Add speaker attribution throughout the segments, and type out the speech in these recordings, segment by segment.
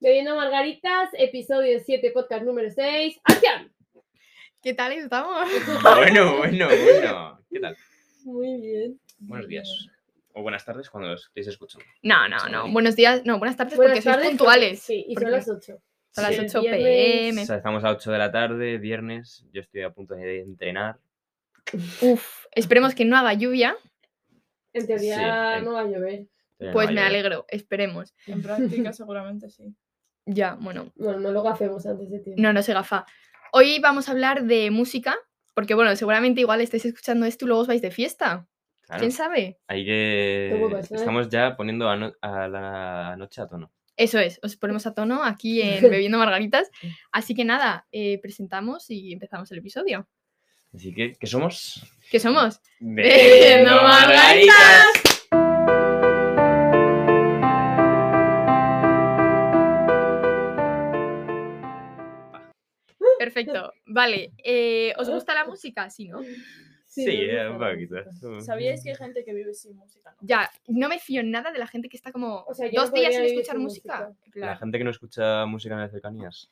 Speaker 1: Bebiendo Margaritas, episodio 7, podcast número 6. ¡Acción!
Speaker 2: ¿Qué tal estamos?
Speaker 3: Bueno, bueno, bueno. ¿Qué tal?
Speaker 1: Muy bien.
Speaker 3: Buenos días. O buenas tardes cuando los estéis escuchando.
Speaker 2: No, no, no. Buenos días, no, buenas tardes
Speaker 1: Buenas
Speaker 2: porque
Speaker 1: tardes,
Speaker 2: sois puntuales.
Speaker 1: Sí, y son
Speaker 2: porque
Speaker 1: las 8.
Speaker 2: son las
Speaker 3: sí.
Speaker 2: 8
Speaker 1: El
Speaker 2: pm.
Speaker 3: O sea, estamos a 8 de la tarde, viernes. Yo estoy a punto de entrenar.
Speaker 2: Uf, esperemos que no haga lluvia.
Speaker 1: En teoría
Speaker 3: Sí, en-
Speaker 1: no va a llover.
Speaker 3: pero no
Speaker 2: Pues
Speaker 3: va a
Speaker 2: me
Speaker 3: llover.
Speaker 2: alegro, esperemos.
Speaker 4: En práctica seguramente sí.
Speaker 2: Ya, bueno,
Speaker 1: Bueno, no lo hacemos antes de tiempo.
Speaker 2: no, no se gafa. Hoy vamos a hablar de música, porque bueno, seguramente igual estáis escuchando esto y luego os vais de fiesta.
Speaker 3: Claro,
Speaker 2: ¿Quién sabe?
Speaker 3: Hay
Speaker 1: Tengo
Speaker 3: que.
Speaker 1: que hacer-
Speaker 3: Estamos ya poniendo a, no- a la noche a tono.
Speaker 2: Eso es, os ponemos a tono aquí en Bebiendo Margaritas. Así que nada, eh, presentamos y empezamos el episodio.
Speaker 3: Así que, ¿qué somos?
Speaker 2: ¿Qué somos?
Speaker 3: ¡Bebiendo
Speaker 2: ¡Bebiendo
Speaker 3: margaritas!
Speaker 2: Perfecto. Vale, eh,
Speaker 1: Ah.
Speaker 2: ¿os gusta la música? Sí, ¿no?
Speaker 3: Sí,
Speaker 1: nos
Speaker 3: eh, un
Speaker 1: gusta, nos
Speaker 3: poquito.
Speaker 1: gusta.
Speaker 4: ¿Sabíais que hay gente que vive sin música? no?
Speaker 2: Ya, no me fío nada de la gente que está como
Speaker 1: O sea, yo no
Speaker 2: dos días
Speaker 1: podría
Speaker 2: sin
Speaker 1: vivir
Speaker 2: escuchar
Speaker 1: sin
Speaker 2: música.
Speaker 1: música.
Speaker 2: En
Speaker 3: La
Speaker 2: plan,
Speaker 3: gente que no escucha música en las cercanías.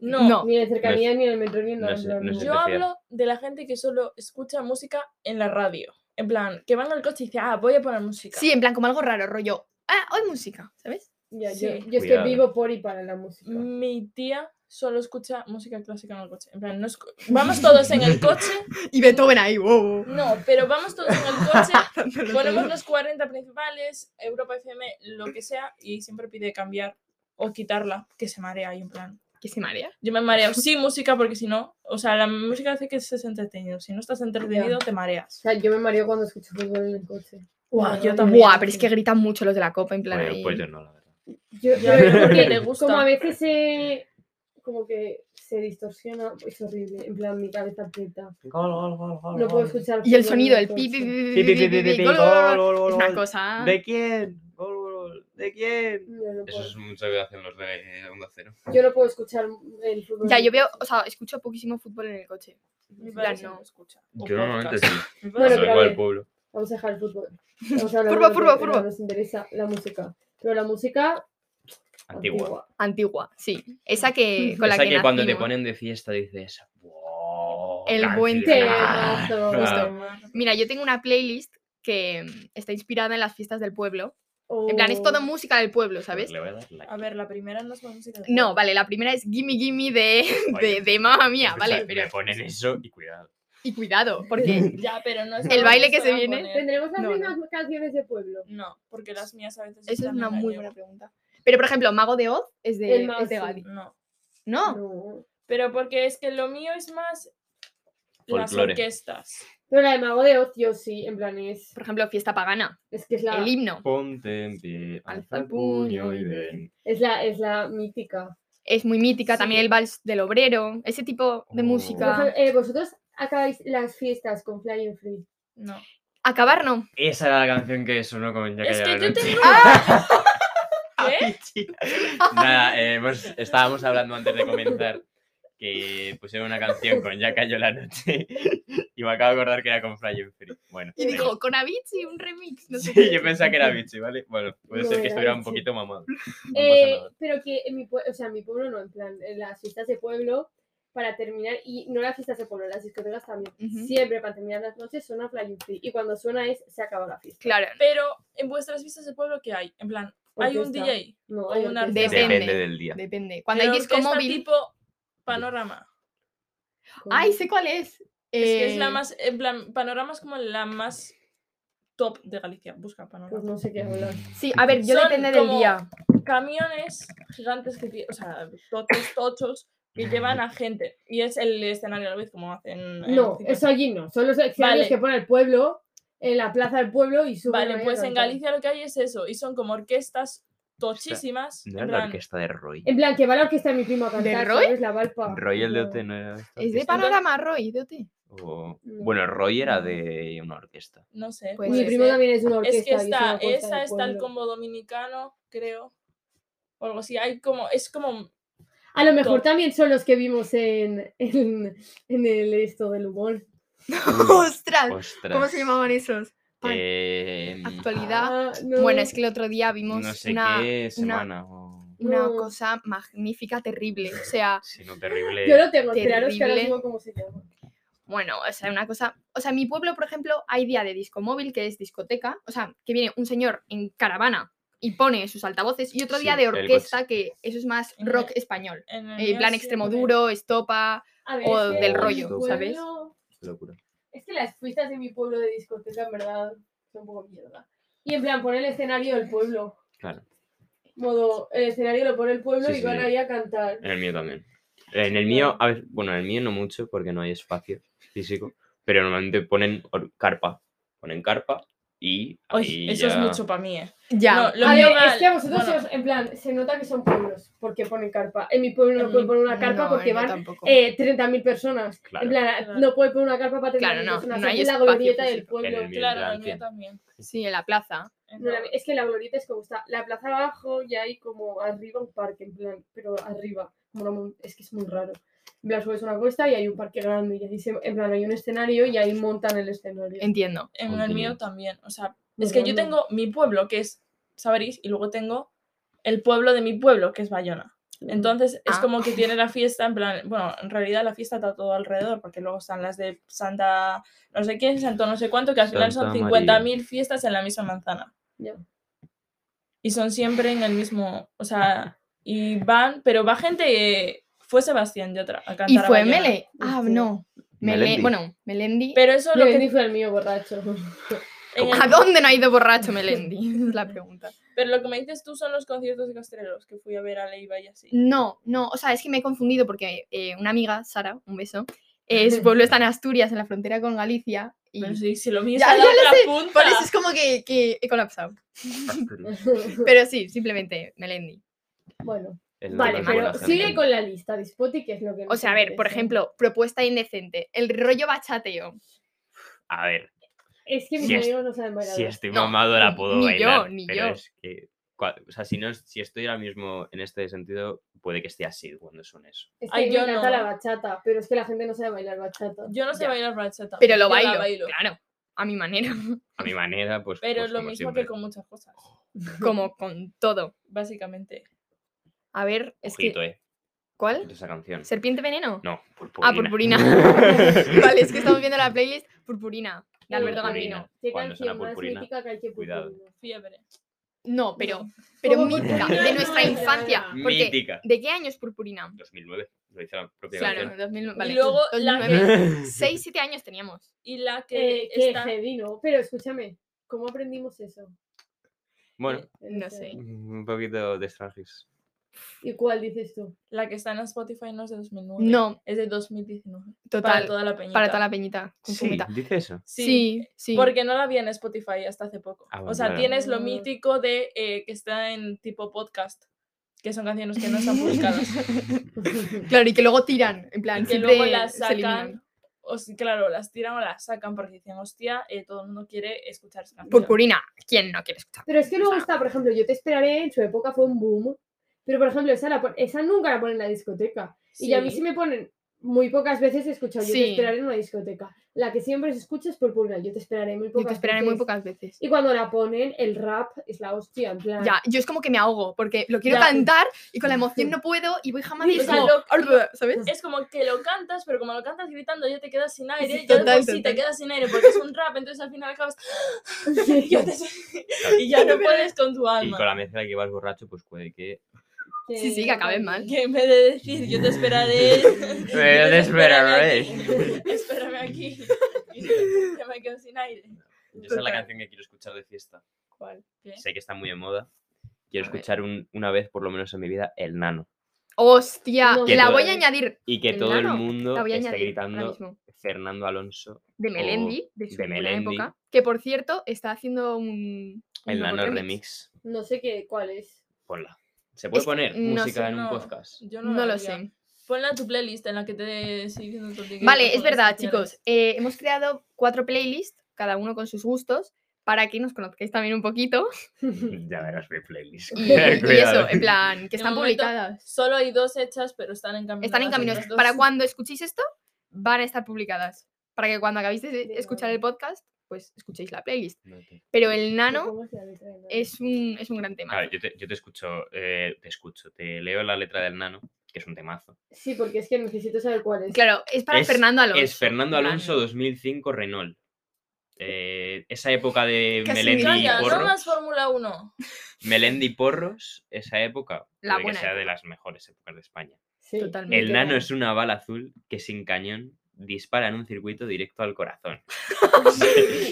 Speaker 4: No.
Speaker 2: No.
Speaker 1: Ni en cercanía, ni en el metro, ni en
Speaker 3: No
Speaker 1: nada.
Speaker 3: sé,
Speaker 1: en plan,
Speaker 3: no sé.
Speaker 4: Yo
Speaker 3: especial.
Speaker 4: hablo de la gente que solo escucha música en la radio. En plan, que van al coche y dicen, ah, voy a poner música.
Speaker 2: Sí, en plan, como algo raro, rollo. Ah, hoy música, ¿sabes?
Speaker 1: Ya,
Speaker 4: Sí.
Speaker 1: yo, yo es que
Speaker 3: Cuidado.
Speaker 1: vivo por y para la música.
Speaker 2: Mm.
Speaker 4: Mi tía solo escucha música clásica en el coche. En plan, no escu- vamos todos en el coche.
Speaker 2: Y Beethoven ahí, wow.
Speaker 4: No, pero vamos todos en el coche. Ponemos los 40 principales, Europa FM, lo que sea, y siempre pide cambiar o quitarla, que se marea y en plan.
Speaker 2: Que se marea.
Speaker 4: Yo me mareo sin música porque si no, o sea, la música hace que estés entretenido. Si no estás entretenido, te
Speaker 1: O
Speaker 4: mareas.
Speaker 1: sea, yo me mareo cuando escucho fútbol en el coche.
Speaker 4: Guau,
Speaker 1: Bueno,
Speaker 4: yo
Speaker 1: no,
Speaker 4: también.
Speaker 2: Buah, pero es que gritan mucho los de la copa, en plan.
Speaker 3: Bueno,
Speaker 2: ahí.
Speaker 3: pues yo no, la verdad.
Speaker 1: Yo,
Speaker 4: Ya,
Speaker 1: yo-
Speaker 4: pero
Speaker 1: porque
Speaker 4: porque le gusta.
Speaker 1: Como a veces se. Como que se distorsiona, es horrible. En plan, mi cabeza aprieta.
Speaker 3: Gol, gol, gol, gol,
Speaker 1: No puedo
Speaker 3: gol.
Speaker 1: escuchar.
Speaker 2: Y el
Speaker 1: fútbol en
Speaker 2: sonido, el
Speaker 1: coche.
Speaker 2: pi, pi, pi,
Speaker 3: Pi,
Speaker 2: pi,
Speaker 3: pi,
Speaker 2: pi,
Speaker 3: pi, pi, pi,
Speaker 2: gol,
Speaker 3: gol,
Speaker 2: gol, gol.
Speaker 3: gol, gol,
Speaker 2: Es una
Speaker 3: gol.
Speaker 2: cosa.
Speaker 3: ¿De quién? Gol, gol, gol. ¿De quién?
Speaker 1: Yo no,
Speaker 3: Eso
Speaker 1: puedo.
Speaker 3: es mucho que hacen los de Onda Cero.
Speaker 1: Yo no puedo escuchar el fútbol.
Speaker 2: Ya,
Speaker 1: en
Speaker 2: yo
Speaker 1: el
Speaker 2: veo,
Speaker 1: coche.
Speaker 2: o sea, escucho poquísimo fútbol en el coche.
Speaker 4: Mi
Speaker 2: plan,
Speaker 4: padre sí
Speaker 2: no.
Speaker 4: lo escucha. O
Speaker 3: Yo normalmente
Speaker 4: podcast.
Speaker 3: sí.
Speaker 4: Mi
Speaker 1: Bueno,
Speaker 4: padre-
Speaker 3: Sobre
Speaker 1: pero a
Speaker 3: todo el
Speaker 1: ver.
Speaker 3: pueblo.
Speaker 1: Vamos a dejar el fútbol. Vamos a hablar de
Speaker 2: Furba,
Speaker 1: lo
Speaker 2: furba,
Speaker 1: que- de lo que
Speaker 2: furba.
Speaker 1: Nos interesa la música. Pero la música
Speaker 3: Antigua.
Speaker 2: Antigua, sí. Esa que con la
Speaker 3: Esa
Speaker 2: que,
Speaker 3: que, cuando te
Speaker 2: nacimos.
Speaker 3: ponen de fiesta dices, "Wow,
Speaker 2: El buen
Speaker 1: Temazo.
Speaker 3: cancionazo".
Speaker 2: pues, este,
Speaker 3: Justo.
Speaker 2: Mira, yo tengo una playlist que mm, está inspirada en las fiestas del pueblo.
Speaker 1: Oh.
Speaker 2: En plan, es todo música del pueblo, ¿sabes?
Speaker 3: Pues Le voy a dar like.
Speaker 4: A ver, la primera no es buena música. de
Speaker 2: No,
Speaker 4: juego.
Speaker 2: vale, la primera es Gimme Gimme de, de,
Speaker 3: Oye,
Speaker 2: de Mamma Mía,
Speaker 3: escucha,
Speaker 2: vale,
Speaker 3: Me
Speaker 2: pero...
Speaker 3: ponen eso y cuidado.
Speaker 2: Y cuidado, porque...
Speaker 4: Ya, pero no es
Speaker 2: El
Speaker 4: la
Speaker 2: baile
Speaker 4: que
Speaker 2: que se
Speaker 4: van a
Speaker 2: viene.
Speaker 4: poner.
Speaker 1: Tendremos las
Speaker 2: No,
Speaker 1: mismas canciones de pueblo.
Speaker 4: No, porque las mías a veces.
Speaker 2: Eso es
Speaker 4: están
Speaker 2: una
Speaker 4: en
Speaker 2: muy
Speaker 4: gallego.
Speaker 2: buena pregunta. Pero, por ejemplo, Mago de Oz es
Speaker 1: El
Speaker 2: de,
Speaker 1: Mago,
Speaker 2: es de
Speaker 1: sí.
Speaker 2: Gali.
Speaker 4: No.
Speaker 2: No,
Speaker 1: No.
Speaker 4: Pero porque es que lo mío es más. Las
Speaker 3: Folclore.
Speaker 4: orquestas.
Speaker 1: Pero la de Mago de Oz, yo sí, en plan, es,
Speaker 2: por ejemplo, Fiesta Pagana,
Speaker 1: es que es la,
Speaker 2: el himno.
Speaker 3: Ponte en pie, alza el puño y ven.
Speaker 1: es la, es la mítica.
Speaker 2: Es muy mítica, también
Speaker 4: Sí.
Speaker 2: el vals del obrero, ese tipo de
Speaker 3: Oh.
Speaker 1: Por
Speaker 2: música.
Speaker 1: ejemplo, eh, vosotros acabáis las fiestas con Flying Free.
Speaker 4: No.
Speaker 2: Acabar no.
Speaker 3: Esa era la canción que sonó con ya
Speaker 4: Es
Speaker 3: cayó
Speaker 4: que
Speaker 3: la
Speaker 4: yo
Speaker 3: noche.
Speaker 4: tengo. ¿Eh? ¿Qué?
Speaker 3: Ay, chica. Nada, eh, hemos- estábamos hablando antes de comenzar que pusieron una canción con Ya cayó la noche y me acabo de acordar que era con Fly and Free. Bueno,
Speaker 2: Y
Speaker 3: da igual.
Speaker 2: dijo, con Avicii, un remix. No sé
Speaker 3: Sí,
Speaker 2: qué.
Speaker 3: yo pensaba que era bichi, ¿vale? Bueno, puede
Speaker 1: No
Speaker 3: ser
Speaker 1: era
Speaker 3: que estuviera un
Speaker 1: bichi.
Speaker 3: poquito mamado. No pasa
Speaker 1: Eh,
Speaker 3: nada.
Speaker 1: pero que en mi pueblo, o sea, en mi pueblo no, en plan, en las fiestas de pueblo, para terminar, y no las fiestas de pueblo, las discotecas también,
Speaker 2: Ujú.
Speaker 1: siempre para terminar las noches suena Flying Free. Y cuando suena es, se acaba la fiesta.
Speaker 2: Claro,
Speaker 4: Pero en vuestras fiestas de pueblo, ¿qué hay? En plan, hay un
Speaker 1: Orquesta.
Speaker 4: DJ.
Speaker 1: No,
Speaker 4: o
Speaker 1: hay
Speaker 4: una
Speaker 1: orquesta.
Speaker 2: Depende.
Speaker 3: del día.
Speaker 2: depende. Cuando hay
Speaker 4: pero
Speaker 2: disco
Speaker 4: orquesta
Speaker 2: móvil...
Speaker 4: tipo panorama.
Speaker 1: Con-
Speaker 2: ¡Ay, sé cuál es!
Speaker 4: Es que es la
Speaker 2: Eh,
Speaker 4: más. En plan, panorama es como la más top de Galicia. Busca
Speaker 1: Pues
Speaker 4: panorama.
Speaker 1: no sé qué
Speaker 3: Mm.
Speaker 1: hablar.
Speaker 4: Mm,
Speaker 2: Sí, a ver, yo
Speaker 4: Son
Speaker 2: depende del
Speaker 4: como-
Speaker 2: día.
Speaker 4: Camiones gigantes que tie- O sea, tochos, tochos. Que llevan a gente. Y es el escenario a la vez, como hacen. en
Speaker 1: No,
Speaker 4: Galicia.
Speaker 1: eso allí no. Son los escenarios
Speaker 4: Vale.
Speaker 1: que pone el pueblo, en la plaza del pueblo y suben.
Speaker 4: Vale,
Speaker 1: ahí a
Speaker 4: pues en
Speaker 1: cantar.
Speaker 4: Galicia lo que hay es eso. Y son como orquestas tochísimas.
Speaker 3: No
Speaker 4: en
Speaker 3: era la
Speaker 4: plan-
Speaker 3: orquesta de Roy.
Speaker 1: En plan, que va la orquesta de mi primo a cantar.
Speaker 2: Roy?
Speaker 1: ¿sabes? La Valpa.
Speaker 3: Roy el de OT
Speaker 1: No.
Speaker 3: no era. esta
Speaker 2: Es de
Speaker 3: orquesta?
Speaker 2: Panorama Roy, de OT.
Speaker 3: O-
Speaker 1: No.
Speaker 3: Bueno, Roy era de una orquesta.
Speaker 4: No sé.
Speaker 2: Pues
Speaker 1: Mi
Speaker 4: puede
Speaker 2: sí.
Speaker 1: primo
Speaker 4: ser.
Speaker 1: también es de una orquesta.
Speaker 4: Es que
Speaker 1: y es
Speaker 4: está,
Speaker 1: una orquesta
Speaker 4: esa
Speaker 1: del
Speaker 4: está el
Speaker 1: pueblo.
Speaker 4: combo dominicano, creo. O algo así. Hay como, es como.
Speaker 1: A lo mejor
Speaker 4: Top.
Speaker 1: también son los que vimos en, en, en el esto del humor.
Speaker 2: ¡Ostras!
Speaker 3: Ostras.
Speaker 2: ¿Cómo se llamaban esos?
Speaker 3: Eh,
Speaker 2: Actualidad.
Speaker 1: Ah, no.
Speaker 2: Bueno, es que el otro día vimos
Speaker 3: no sé
Speaker 2: una,
Speaker 3: qué
Speaker 2: una-
Speaker 3: semana. o-
Speaker 2: una
Speaker 1: No.
Speaker 2: cosa magnífica, terrible. O sea,
Speaker 3: Sí, no, terrible.
Speaker 1: Yo lo tengo, esperaros que ahora os
Speaker 2: terrible.
Speaker 1: digo cómo se llama.
Speaker 2: bueno, o sea, una cosa. O sea, en mi pueblo, por ejemplo, hay día de disco móvil, que es discoteca. O sea, que viene un señor en caravana y pone sus altavoces. Y otro día
Speaker 3: Sí,
Speaker 2: de
Speaker 3: el coche.
Speaker 2: orquesta, que eso es más
Speaker 4: Ujú.
Speaker 2: rock español.
Speaker 4: En el
Speaker 2: En
Speaker 4: mío
Speaker 2: plan
Speaker 4: sí,
Speaker 2: extremo
Speaker 4: hombre.
Speaker 2: duro, estopa.
Speaker 1: A ver,
Speaker 2: O
Speaker 1: es que
Speaker 2: del
Speaker 1: en mi
Speaker 2: rollo,
Speaker 1: pueblo-
Speaker 2: ¿sabes?
Speaker 3: Locura.
Speaker 1: Es que las fiestas de mi pueblo de discoteca, en verdad, son un poco mierda. Y en plan, pone el escenario del pueblo.
Speaker 3: Claro.
Speaker 1: Modo, el escenario lo pone el pueblo
Speaker 3: Sí,
Speaker 1: y
Speaker 3: sí.
Speaker 1: van ahí a cantar.
Speaker 3: En el mío también. En el mío, a ver, bueno, en el mío no mucho porque no hay espacio físico, pero normalmente ponen or- carpa. Ponen carpa y
Speaker 4: Uy,
Speaker 3: ahí
Speaker 4: eso es
Speaker 3: ya-
Speaker 4: mucho para mí, eh.
Speaker 2: Ya.
Speaker 4: No, lo
Speaker 1: a
Speaker 4: mío
Speaker 1: ver,
Speaker 4: mal.
Speaker 1: es que a vosotros,
Speaker 4: Bueno,
Speaker 1: se os- en plan, se nota que son pueblos porque ponen carpa. En mi pueblo no
Speaker 4: En
Speaker 1: pueden
Speaker 4: mi-
Speaker 1: poner una carpa
Speaker 2: no,
Speaker 1: porque
Speaker 2: yo
Speaker 1: van
Speaker 2: tampoco.
Speaker 1: eh, 30.000 personas.
Speaker 3: Claro.
Speaker 1: En plan,
Speaker 4: Claro.
Speaker 1: no puede poner una carpa para 30.000
Speaker 2: Claro, no,
Speaker 1: personas.
Speaker 2: no
Speaker 1: aquí
Speaker 2: hay
Speaker 1: en la
Speaker 2: espacio
Speaker 1: glorieta del
Speaker 2: físico.
Speaker 1: pueblo.
Speaker 3: En el mío.
Speaker 4: Claro, el
Speaker 3: Bien,
Speaker 4: mío también.
Speaker 2: Sí, en la plaza.
Speaker 1: No, la- es que la glorieta es como está la plaza abajo y hay como arriba un parque, en plan, pero arriba, como una mon- es que es muy raro. En plan, subes una cuesta y hay un parque grande y ahí se- en plan hay un escenario y ahí montan el escenario.
Speaker 2: Entiendo.
Speaker 4: En el mío
Speaker 3: Contenido.
Speaker 4: también. O sea,
Speaker 1: Muy
Speaker 4: es que yo
Speaker 1: grande.
Speaker 4: tengo mi pueblo, que es Sabarís, y luego tengo el pueblo de mi pueblo, que es Bayona. Entonces es
Speaker 2: Ah.
Speaker 4: como que tiene la fiesta, en plan, bueno, en realidad la fiesta está todo alrededor, porque luego están las de Santa, no sé qué, Santo, no sé cuánto, que al final
Speaker 3: Santa
Speaker 4: son
Speaker 3: María.
Speaker 4: 50.000 fiestas en la misma manzana.
Speaker 1: Ya.
Speaker 4: Y son siempre en el mismo, o sea, y van, pero va gente, eh, fue Sebastián de otra, a cantar
Speaker 2: Y
Speaker 4: a
Speaker 2: fue
Speaker 4: Bayona.
Speaker 2: Mele. Ah,
Speaker 1: Hostia.
Speaker 2: no. Mele-
Speaker 3: Melendi.
Speaker 2: Bueno, Melendi.
Speaker 4: Pero eso
Speaker 1: Yo
Speaker 4: lo
Speaker 1: le
Speaker 4: que...
Speaker 1: dije al mío borracho.
Speaker 4: en el-
Speaker 2: ¿A dónde no ha ido borracho Melendi? Es la pregunta.
Speaker 4: pero lo que me dices tú son los conciertos de Castrelos, que fui a ver a Leiva y así.
Speaker 2: No, no, o sea, es que me he confundido porque eh, una amiga, Sara, un beso, eh, su pueblo está en Asturias, en la frontera con Galicia. Y
Speaker 4: Pero sí, si lo mismo
Speaker 2: Ya,
Speaker 4: a la
Speaker 2: ya lo
Speaker 4: otra
Speaker 2: sé,
Speaker 4: punta.
Speaker 2: Por eso es como que, que he colapsado. Pero sí, simplemente Melendi.
Speaker 1: bueno,
Speaker 3: El nombre
Speaker 1: vale,
Speaker 3: es
Speaker 1: pero
Speaker 3: buena
Speaker 1: sigue
Speaker 3: gente.
Speaker 1: con la lista, Dispoti, que es lo que
Speaker 2: O
Speaker 1: nos
Speaker 2: sea, a ver, por
Speaker 1: interesa.
Speaker 2: ejemplo, propuesta indecente, el rollo bachateo.
Speaker 3: A ver,
Speaker 1: Es que mis
Speaker 3: Si es-
Speaker 1: amigos no saben bailar.
Speaker 3: si estoy
Speaker 2: No,
Speaker 3: mamado la puedo
Speaker 2: ni yo,
Speaker 3: bailar.
Speaker 2: ni
Speaker 3: pero
Speaker 2: yo.
Speaker 3: es que. cua- O sea, si, no, si estoy ahora mismo en este sentido, puede que esté así cuando son eso.
Speaker 1: Es que
Speaker 4: Ay,
Speaker 1: me
Speaker 4: yo
Speaker 1: encanta
Speaker 4: no.
Speaker 1: la bachata, pero es que la gente no sabe bailar bachata.
Speaker 4: Yo no sé
Speaker 2: Ya.
Speaker 4: bailar bachata.
Speaker 2: Pero lo
Speaker 4: yo la
Speaker 2: bailo, claro, a mi manera,
Speaker 3: A mi manera, pues.
Speaker 4: Pero
Speaker 3: pues
Speaker 4: es lo
Speaker 3: como
Speaker 4: mismo
Speaker 3: siempre.
Speaker 4: que con muchas cosas,
Speaker 2: como con todo.
Speaker 4: básicamente.
Speaker 2: A ver, es
Speaker 3: Ojito,
Speaker 2: que...
Speaker 3: eh,
Speaker 2: ¿Cuál?
Speaker 3: de esa canción.
Speaker 2: ¿Serpiente veneno?
Speaker 3: No, purpurina.
Speaker 2: Ah, purpurina. vale, es que estamos viendo la playlist Purpurina, de
Speaker 1: Uy,
Speaker 2: Alberto
Speaker 3: Purpurina.
Speaker 2: Gambino.
Speaker 1: ¿Qué
Speaker 3: Cuando suena
Speaker 1: canción más
Speaker 3: purpurina,
Speaker 1: mítica que hay que
Speaker 3: cuidado.
Speaker 2: Eh,
Speaker 1: purpurina?
Speaker 4: Fiebre.
Speaker 2: No, pero,
Speaker 4: No.
Speaker 2: pero
Speaker 1: ¿Cómo
Speaker 2: mítica,
Speaker 1: Purpurina?
Speaker 2: de nuestra
Speaker 1: No, no,
Speaker 2: infancia.
Speaker 1: no, no.
Speaker 2: Porque,
Speaker 3: Mítica.
Speaker 2: ¿De qué año es Purpurina?
Speaker 3: 2009. Lo dice la propia
Speaker 2: Claro,
Speaker 3: canción.
Speaker 2: 2000, vale.
Speaker 4: Y luego la que,
Speaker 2: 6, 7 años teníamos.
Speaker 4: y la que
Speaker 1: Eh, que
Speaker 4: está...
Speaker 1: heavy, ¿no? Pero escúchame, ¿cómo aprendimos eso?
Speaker 3: Bueno,
Speaker 1: En
Speaker 2: No
Speaker 1: ese-
Speaker 2: sé.
Speaker 3: un poquito de estragis.
Speaker 1: ¿Y cuál dices tú?
Speaker 4: La que está en Spotify no es de 2009.
Speaker 2: No,
Speaker 4: Es de 2019.
Speaker 2: total.
Speaker 4: Para toda la peñita.
Speaker 2: Para toda la peñita. con
Speaker 3: Sí,
Speaker 2: fumeta.
Speaker 3: dice eso.
Speaker 4: Sí.
Speaker 2: sí, sí.
Speaker 4: Porque no la vi en Spotify hasta hace poco.
Speaker 3: Ah,
Speaker 4: o
Speaker 3: bueno,
Speaker 4: sea,
Speaker 3: claro.
Speaker 4: tienes lo
Speaker 1: Mm.
Speaker 4: mítico de eh, que está en tipo podcast, que son canciones que no están publicadas.
Speaker 2: Claro, y que luego tiran. En plan,
Speaker 4: y que
Speaker 2: siempre
Speaker 4: luego las
Speaker 2: se eliminan.
Speaker 4: sacan. O si- claro, las tiran o las sacan porque dicen, hostia, eh, todo el mundo quiere escuchar esa canción.
Speaker 2: Purpurina, ¿quién no quiere escuchar?
Speaker 1: Pero es que luego está, por ejemplo, yo te esperaré, en su época fue un boom. Pero, por ejemplo, esa, la pon- esa nunca la ponen en la discoteca. Y a mí sí me ponen, muy pocas veces he escuchado yo te
Speaker 2: Sí.
Speaker 1: esperaré en una discoteca. La que siempre se escucha es purpurina, yo te esperaré muy
Speaker 2: Yo
Speaker 1: pocas
Speaker 2: te esperaré muy
Speaker 1: veces.
Speaker 2: pocas veces.
Speaker 1: Y cuando la ponen, el rap es la hostia, en plan.
Speaker 2: Ya, yo es como que me ahogo, porque lo quiero
Speaker 4: Ya.
Speaker 2: cantar y con la emoción no puedo y voy jamás y
Speaker 1: O
Speaker 2: es
Speaker 1: sea,
Speaker 2: como,
Speaker 4: lo-
Speaker 2: "Arr", ¿sabes?
Speaker 4: Es como que lo cantas, pero como lo cantas gritando ya te quedas sin aire.
Speaker 2: Sí,
Speaker 4: ya de
Speaker 2: total,
Speaker 4: por sí te
Speaker 2: total.
Speaker 4: quedas sin aire porque es un rap, entonces al final acabas... yo te- y ya no puedes con tu
Speaker 3: Y con
Speaker 4: alma.
Speaker 3: la mezcla que vas borracho, pues puede que.
Speaker 2: Sí, sí, que acaben mal.
Speaker 4: Que en vez de decir yo te esperaré... yo
Speaker 3: te esperaré.
Speaker 4: aquí, Espérame aquí. Y ya me quedo sin aire.
Speaker 3: Yo esa es la
Speaker 2: Total.
Speaker 3: canción que quiero escuchar de fiesta.
Speaker 4: ¿Cuál? ¿Qué?
Speaker 3: Sé que está muy de moda. Quiero
Speaker 2: A ver.
Speaker 3: escuchar un- una vez, por lo menos en mi vida, el nano.
Speaker 2: Hostia,
Speaker 1: No,
Speaker 3: Que
Speaker 2: la
Speaker 3: todo-
Speaker 2: voy a añadir.
Speaker 3: Y que
Speaker 2: El
Speaker 3: todo el
Speaker 2: Nano,
Speaker 3: mundo
Speaker 2: La voy a
Speaker 3: esté
Speaker 2: añadir ahora
Speaker 3: gritando
Speaker 2: mismo.
Speaker 3: Fernando Alonso.
Speaker 2: De Melendi, de su
Speaker 3: de
Speaker 2: buena
Speaker 3: Melendi.
Speaker 2: época. Que por cierto, está haciendo un. un
Speaker 3: El
Speaker 2: nuevo
Speaker 3: nano
Speaker 2: remix.
Speaker 3: remix.
Speaker 1: No sé qué, cuál es.
Speaker 3: Ponla. ¿Se puede
Speaker 2: Es que
Speaker 3: poner
Speaker 2: no
Speaker 3: música
Speaker 2: sé,
Speaker 3: en un
Speaker 4: no.
Speaker 3: podcast?
Speaker 4: Yo
Speaker 2: No lo
Speaker 4: haría.
Speaker 2: sé.
Speaker 4: Ponla en tu playlist en la que te estoy diciendo todo lo que
Speaker 2: Vale, es
Speaker 4: quieras con este las
Speaker 2: verdad,
Speaker 4: canciones.
Speaker 2: chicos. eh, hemos creado cuatro playlists, cada uno con sus gustos, para que nos conozcáis también un poquito.
Speaker 3: ya verás mi playlist.
Speaker 2: Y, y eso, em
Speaker 3: Cuidado.
Speaker 2: en plan, que
Speaker 4: De
Speaker 2: están
Speaker 4: momento,
Speaker 2: publicadas.
Speaker 4: Solo hay dos hechas, pero están en camino.
Speaker 2: Están en
Speaker 4: las
Speaker 2: camino.
Speaker 4: otras dos.
Speaker 2: Para cuando escuchéis esto, van a estar publicadas. Para que cuando acabéis de
Speaker 1: Venga.
Speaker 2: escuchar el podcast, pues escuchéis la playlist.
Speaker 3: No te-
Speaker 2: Pero el
Speaker 1: Me
Speaker 2: nano
Speaker 1: pongo hacia la letra del nano.
Speaker 2: es un, es un gran tema.
Speaker 3: A ver, yo te, yo te escucho, eh, te escucho, te leo la letra del nano, que es un temazo.
Speaker 1: Sí, porque es que necesito saber cuál es.
Speaker 2: Claro, es para
Speaker 3: Es-
Speaker 2: Fernando Alonso.
Speaker 3: Es Fernando
Speaker 2: en plan,
Speaker 3: Alonso 2005 Renault. Eh, esa época de
Speaker 2: Casi
Speaker 3: Melendi y
Speaker 4: Calla, no
Speaker 3: Porro.
Speaker 4: más Fórmula 1.
Speaker 3: Melendi Porros, esa época,
Speaker 2: La
Speaker 3: puede que
Speaker 2: buena
Speaker 3: sea de
Speaker 2: época.
Speaker 3: las mejores épocas de España.
Speaker 1: Sí,
Speaker 2: Totalmente.
Speaker 3: El
Speaker 1: literal.
Speaker 3: nano es una bala azul que sin cañón dispara en un circuito directo al corazón.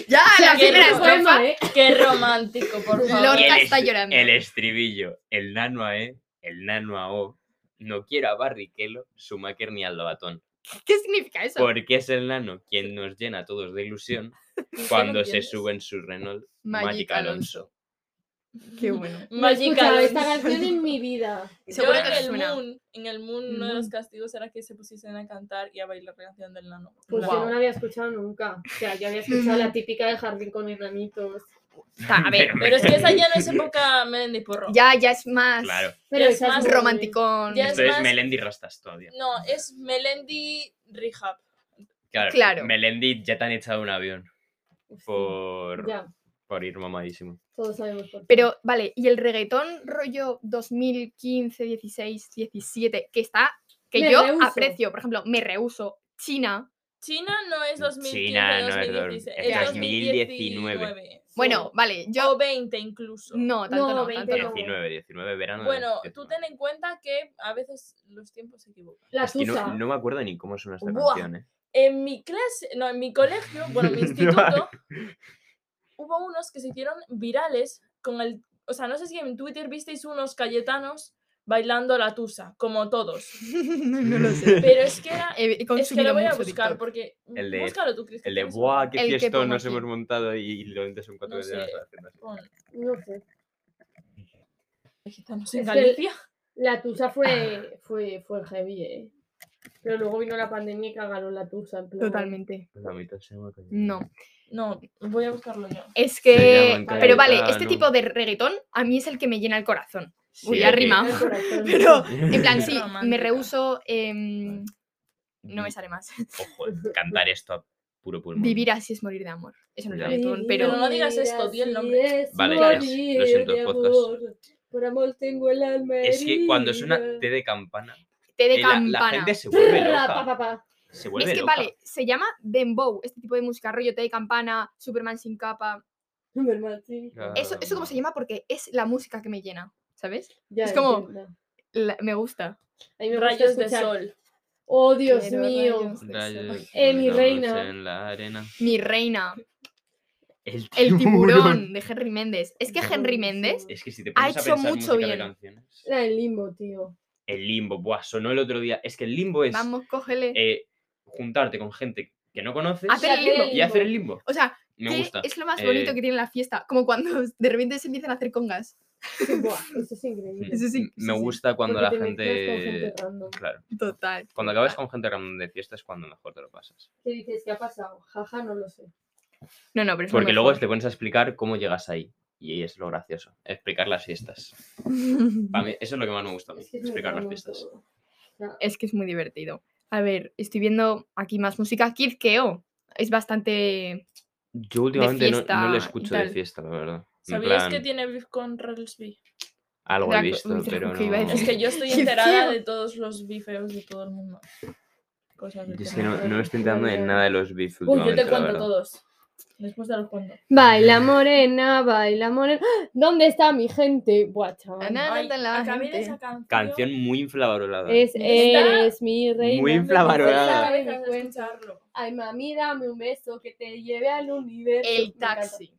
Speaker 2: Ya,
Speaker 1: O sea,
Speaker 2: la
Speaker 1: que
Speaker 2: primera
Speaker 1: no podemos,
Speaker 2: estrofa.
Speaker 1: ¿eh?
Speaker 4: Qué romántico, por favor.
Speaker 2: Lorca
Speaker 3: Y el
Speaker 2: está
Speaker 3: est-
Speaker 2: llorando.
Speaker 3: El estribillo, el nano a E, el nano a O. No quiero a Barrichello, Schumacher ni al Lobatón.
Speaker 2: ¿Qué significa eso?
Speaker 3: Porque es el nano quien nos llena a todos de ilusión cuando se sube en su Renault
Speaker 2: Magic
Speaker 3: Magic Alonso.
Speaker 2: Qué bueno.
Speaker 1: No he escuchado
Speaker 4: Magical.
Speaker 1: esta canción en mi vida.
Speaker 2: Seguro
Speaker 4: Yo en
Speaker 2: que os
Speaker 4: el
Speaker 2: suena.
Speaker 4: Moon, en el Moon, uno de los
Speaker 2: Moon.
Speaker 4: castigos era que se pusiesen a cantar y a bailar la canción del nano.
Speaker 1: Pues yo
Speaker 2: Guau.
Speaker 1: no la había escuchado nunca. O sea, yo había escuchado
Speaker 2: Mm.
Speaker 1: la típica de jardín con enanitos.
Speaker 2: O sea, a ver,
Speaker 4: Pero es que esa ya no es época Melendi Porro.
Speaker 2: ya, ya es más
Speaker 3: Claro.
Speaker 1: Pero
Speaker 4: Es
Speaker 1: esa es
Speaker 4: más
Speaker 1: muy-
Speaker 2: romanticón.
Speaker 4: Ya es
Speaker 3: Esto es
Speaker 4: más-
Speaker 3: Melendi Rastas todavía.
Speaker 4: No, es Melendi Rehab.
Speaker 3: Claro.
Speaker 2: Claro.
Speaker 3: Melendi ya te han echado un avión
Speaker 1: Uf, sí.
Speaker 3: por,
Speaker 1: Ya,
Speaker 3: por ir mamadísimo.
Speaker 1: todos sabemos por qué.
Speaker 2: Pero, vale, y el reggaetón rollo 2015, 16, 17, que está, que
Speaker 1: Me
Speaker 2: yo
Speaker 1: rehúso.
Speaker 2: aprecio, por ejemplo, me rehuso, China.
Speaker 4: China no es 2015,
Speaker 3: China no es dos-
Speaker 4: 2016,
Speaker 3: es 2019.
Speaker 4: sí. Oh,
Speaker 2: Bueno, vale, yo...
Speaker 4: o 20 incluso.
Speaker 2: No, tanto
Speaker 1: No,
Speaker 2: no,
Speaker 1: 20
Speaker 2: tanto no.
Speaker 1: no.
Speaker 3: 19, 19 verano. de
Speaker 4: Bueno, tú
Speaker 3: 19.
Speaker 4: ten en cuenta que a veces los tiempos se equivocan.
Speaker 1: la
Speaker 3: Es que
Speaker 1: Tusa.
Speaker 3: no, no me acuerdo ni cómo suena esta
Speaker 4: Buah.
Speaker 3: canción, ¿eh?
Speaker 4: En mi clase, no, en mi colegio, bueno, en mi
Speaker 3: No.
Speaker 4: instituto, hubo unos que se hicieron virales con el, o sea, no sé si en Twitter visteis unos cayetanos bailando la tusa, como todos.
Speaker 2: no
Speaker 4: Pero es que era,
Speaker 2: He, he
Speaker 4: es que lo
Speaker 2: consumido
Speaker 4: voy a
Speaker 2: mucho
Speaker 4: buscar
Speaker 2: TikTok.
Speaker 4: porque
Speaker 3: El de-
Speaker 4: búscalo tú, Cristian.
Speaker 3: El de
Speaker 4: tienes
Speaker 3: Buah,
Speaker 4: uno".
Speaker 3: qué
Speaker 2: El que
Speaker 3: fiestón
Speaker 2: pongo
Speaker 3: nos
Speaker 2: aquí.
Speaker 3: hemos montado y, y lo entiendes son cuatro
Speaker 4: No
Speaker 3: veces
Speaker 4: sé.
Speaker 3: las canciones.
Speaker 4: Pon,
Speaker 1: No sé.
Speaker 4: Cayetános en
Speaker 1: Es que el-
Speaker 4: Galicia.
Speaker 1: La Tusa fue, fue, fue heavy, ¿eh? Pero luego vino la pandemia y cagaron la Tusa. en plan,
Speaker 2: Totalmente.
Speaker 3: La mitad se llama Coyote.
Speaker 2: No.
Speaker 4: No, voy a buscarlo yo.
Speaker 2: Es
Speaker 3: Se
Speaker 2: que...
Speaker 3: llaman
Speaker 2: Pero vale, este
Speaker 3: Cayetano.
Speaker 2: tipo de reggaetón a mí es el que me llena el corazón.
Speaker 3: Sí,
Speaker 2: Uy,
Speaker 3: es
Speaker 2: ya
Speaker 3: que-
Speaker 2: rima.
Speaker 1: al corazón.
Speaker 2: Pero, en plan,
Speaker 4: Qué
Speaker 2: sí, me
Speaker 4: romántica.
Speaker 2: rehuso... em, no me sale más.
Speaker 3: mm, Ojo, eh, cantar esto a puro pulmón.
Speaker 2: Vivir así es morir de amor. Eso no es
Speaker 3: Ya.
Speaker 2: reggaetón,
Speaker 1: Vivir
Speaker 2: pero...
Speaker 4: no digas
Speaker 1: así
Speaker 4: esto, di el nombre.
Speaker 1: es
Speaker 3: Vale, ya es. Lo
Speaker 1: morir
Speaker 3: siento,
Speaker 1: de
Speaker 3: podcast.
Speaker 1: amor. Por amor tengo el alma
Speaker 3: Es que cuando suena
Speaker 1: herida.
Speaker 3: T de campana,
Speaker 2: Té de
Speaker 3: eh, la-
Speaker 2: campana.
Speaker 3: La, gente se vuelve
Speaker 1: Ra, pa,
Speaker 3: loca.
Speaker 1: pa, pa.
Speaker 3: Se
Speaker 2: Es
Speaker 3: vuelve
Speaker 2: que,
Speaker 3: loca.
Speaker 2: vale, se llama Dembow, este tipo de música, rollo té de campana, Superman sin capa.
Speaker 1: Superman, sí.
Speaker 3: Claro.
Speaker 2: Eso, eso como se llama porque es la música que me llena, ¿sabes?
Speaker 1: Ya,
Speaker 2: Es como-
Speaker 1: entiendo.
Speaker 2: La- me gusta.
Speaker 1: A mí me gusta
Speaker 4: Rayos de
Speaker 1: escuchar-
Speaker 4: sol.
Speaker 1: Oh, Dios
Speaker 2: Quiero
Speaker 1: mío.
Speaker 2: rayos de
Speaker 3: Rayos
Speaker 2: sol.
Speaker 1: Eh, mi
Speaker 3: colgados
Speaker 1: reina.
Speaker 3: en la arena.
Speaker 2: Mi reina,
Speaker 3: El
Speaker 2: el tiburón de Henry Méndez. Es que Henry
Speaker 1: Buenísimo.
Speaker 2: Méndez,
Speaker 3: Es que si te
Speaker 2: Ha
Speaker 3: pones a
Speaker 2: hecho
Speaker 3: pensar
Speaker 2: mucho
Speaker 3: música de
Speaker 2: bien.
Speaker 3: canciones.
Speaker 1: La del limbo, tío.
Speaker 3: El limbo, buah, sonó el otro día. Es que el limbo es
Speaker 2: vamos, cógele.
Speaker 3: eh, juntarte con gente que no
Speaker 1: Ah,
Speaker 3: conoces
Speaker 2: Hacer el limbo.
Speaker 3: y hacer el limbo.
Speaker 2: o sea,
Speaker 3: Me
Speaker 2: que
Speaker 3: gusta.
Speaker 2: es lo más
Speaker 3: Eh,
Speaker 2: bonito que tiene la fiesta. Como cuando de repente se empiezan a hacer congas.
Speaker 1: Sí, buah, eso es increíble.
Speaker 2: Eso sí,
Speaker 3: Mm, me
Speaker 2: sí, sí.
Speaker 3: gusta cuando
Speaker 1: Porque
Speaker 3: la
Speaker 1: te mezclas con
Speaker 3: gente.
Speaker 1: gente random.
Speaker 3: Claro.
Speaker 2: Total.
Speaker 3: Cuando acabas
Speaker 2: total.
Speaker 3: con gente random de fiesta es cuando mejor te lo pasas.
Speaker 1: ¿Qué dices? ¿Qué ha pasado? Jaja, no lo sé.
Speaker 2: No, no, pero es lo
Speaker 3: Porque luego
Speaker 2: mejor.
Speaker 3: te pones a explicar cómo llegas ahí. Y es lo gracioso. Explicar las fiestas. Pa' mí- eso es lo que más me gusta a mí,
Speaker 1: Es que es muy
Speaker 3: explicar las
Speaker 1: random
Speaker 3: fiestas.
Speaker 1: todo. O sea,
Speaker 2: Es que es muy divertido. A ver, estoy viendo aquí más música. Kid Keo. Es bastante.
Speaker 3: Yo últimamente no, no
Speaker 2: fiesta y
Speaker 3: le escucho de
Speaker 2: tal.
Speaker 3: fiesta, la verdad. En
Speaker 4: ¿Sabías que
Speaker 3: plan,
Speaker 4: tiene beef con Rels B?
Speaker 3: algo he
Speaker 2: Draco-
Speaker 3: visto,
Speaker 2: Draco
Speaker 3: pero
Speaker 2: que iba a
Speaker 3: no.
Speaker 4: Es que yo estoy
Speaker 2: Qué
Speaker 4: enterada
Speaker 2: feo.
Speaker 4: de todos los bifeos de todo el mundo. Cosas de
Speaker 3: Yo es
Speaker 4: todo
Speaker 3: que
Speaker 4: el
Speaker 3: no,
Speaker 4: mundo.
Speaker 3: no me estoy enterando de
Speaker 1: Vale.
Speaker 3: nada de los beef
Speaker 4: Uy, yo
Speaker 3: últimamente,
Speaker 4: te
Speaker 3: la
Speaker 4: cuento
Speaker 3: verdad.
Speaker 4: todos. Después te los cuento.
Speaker 1: Baila morena, baila morena. ¡Ah! ¿Dónde está mi gente? Buah, chaval.
Speaker 2: Ana- Ah, no, de la
Speaker 4: acabé de
Speaker 2: gente.
Speaker 4: esa canción.
Speaker 3: Canción muy inflavarolada.
Speaker 1: Es,
Speaker 4: Está
Speaker 1: eres mi reina.
Speaker 3: muy
Speaker 1: me
Speaker 3: infravalorada.
Speaker 1: cuesta,
Speaker 4: Acabé
Speaker 1: me
Speaker 4: de
Speaker 1: cuesta.
Speaker 4: escucharlo.
Speaker 1: Ay, mami, dame un beso que te lleve al universo.
Speaker 2: El
Speaker 1: Me encanta.
Speaker 2: taxi.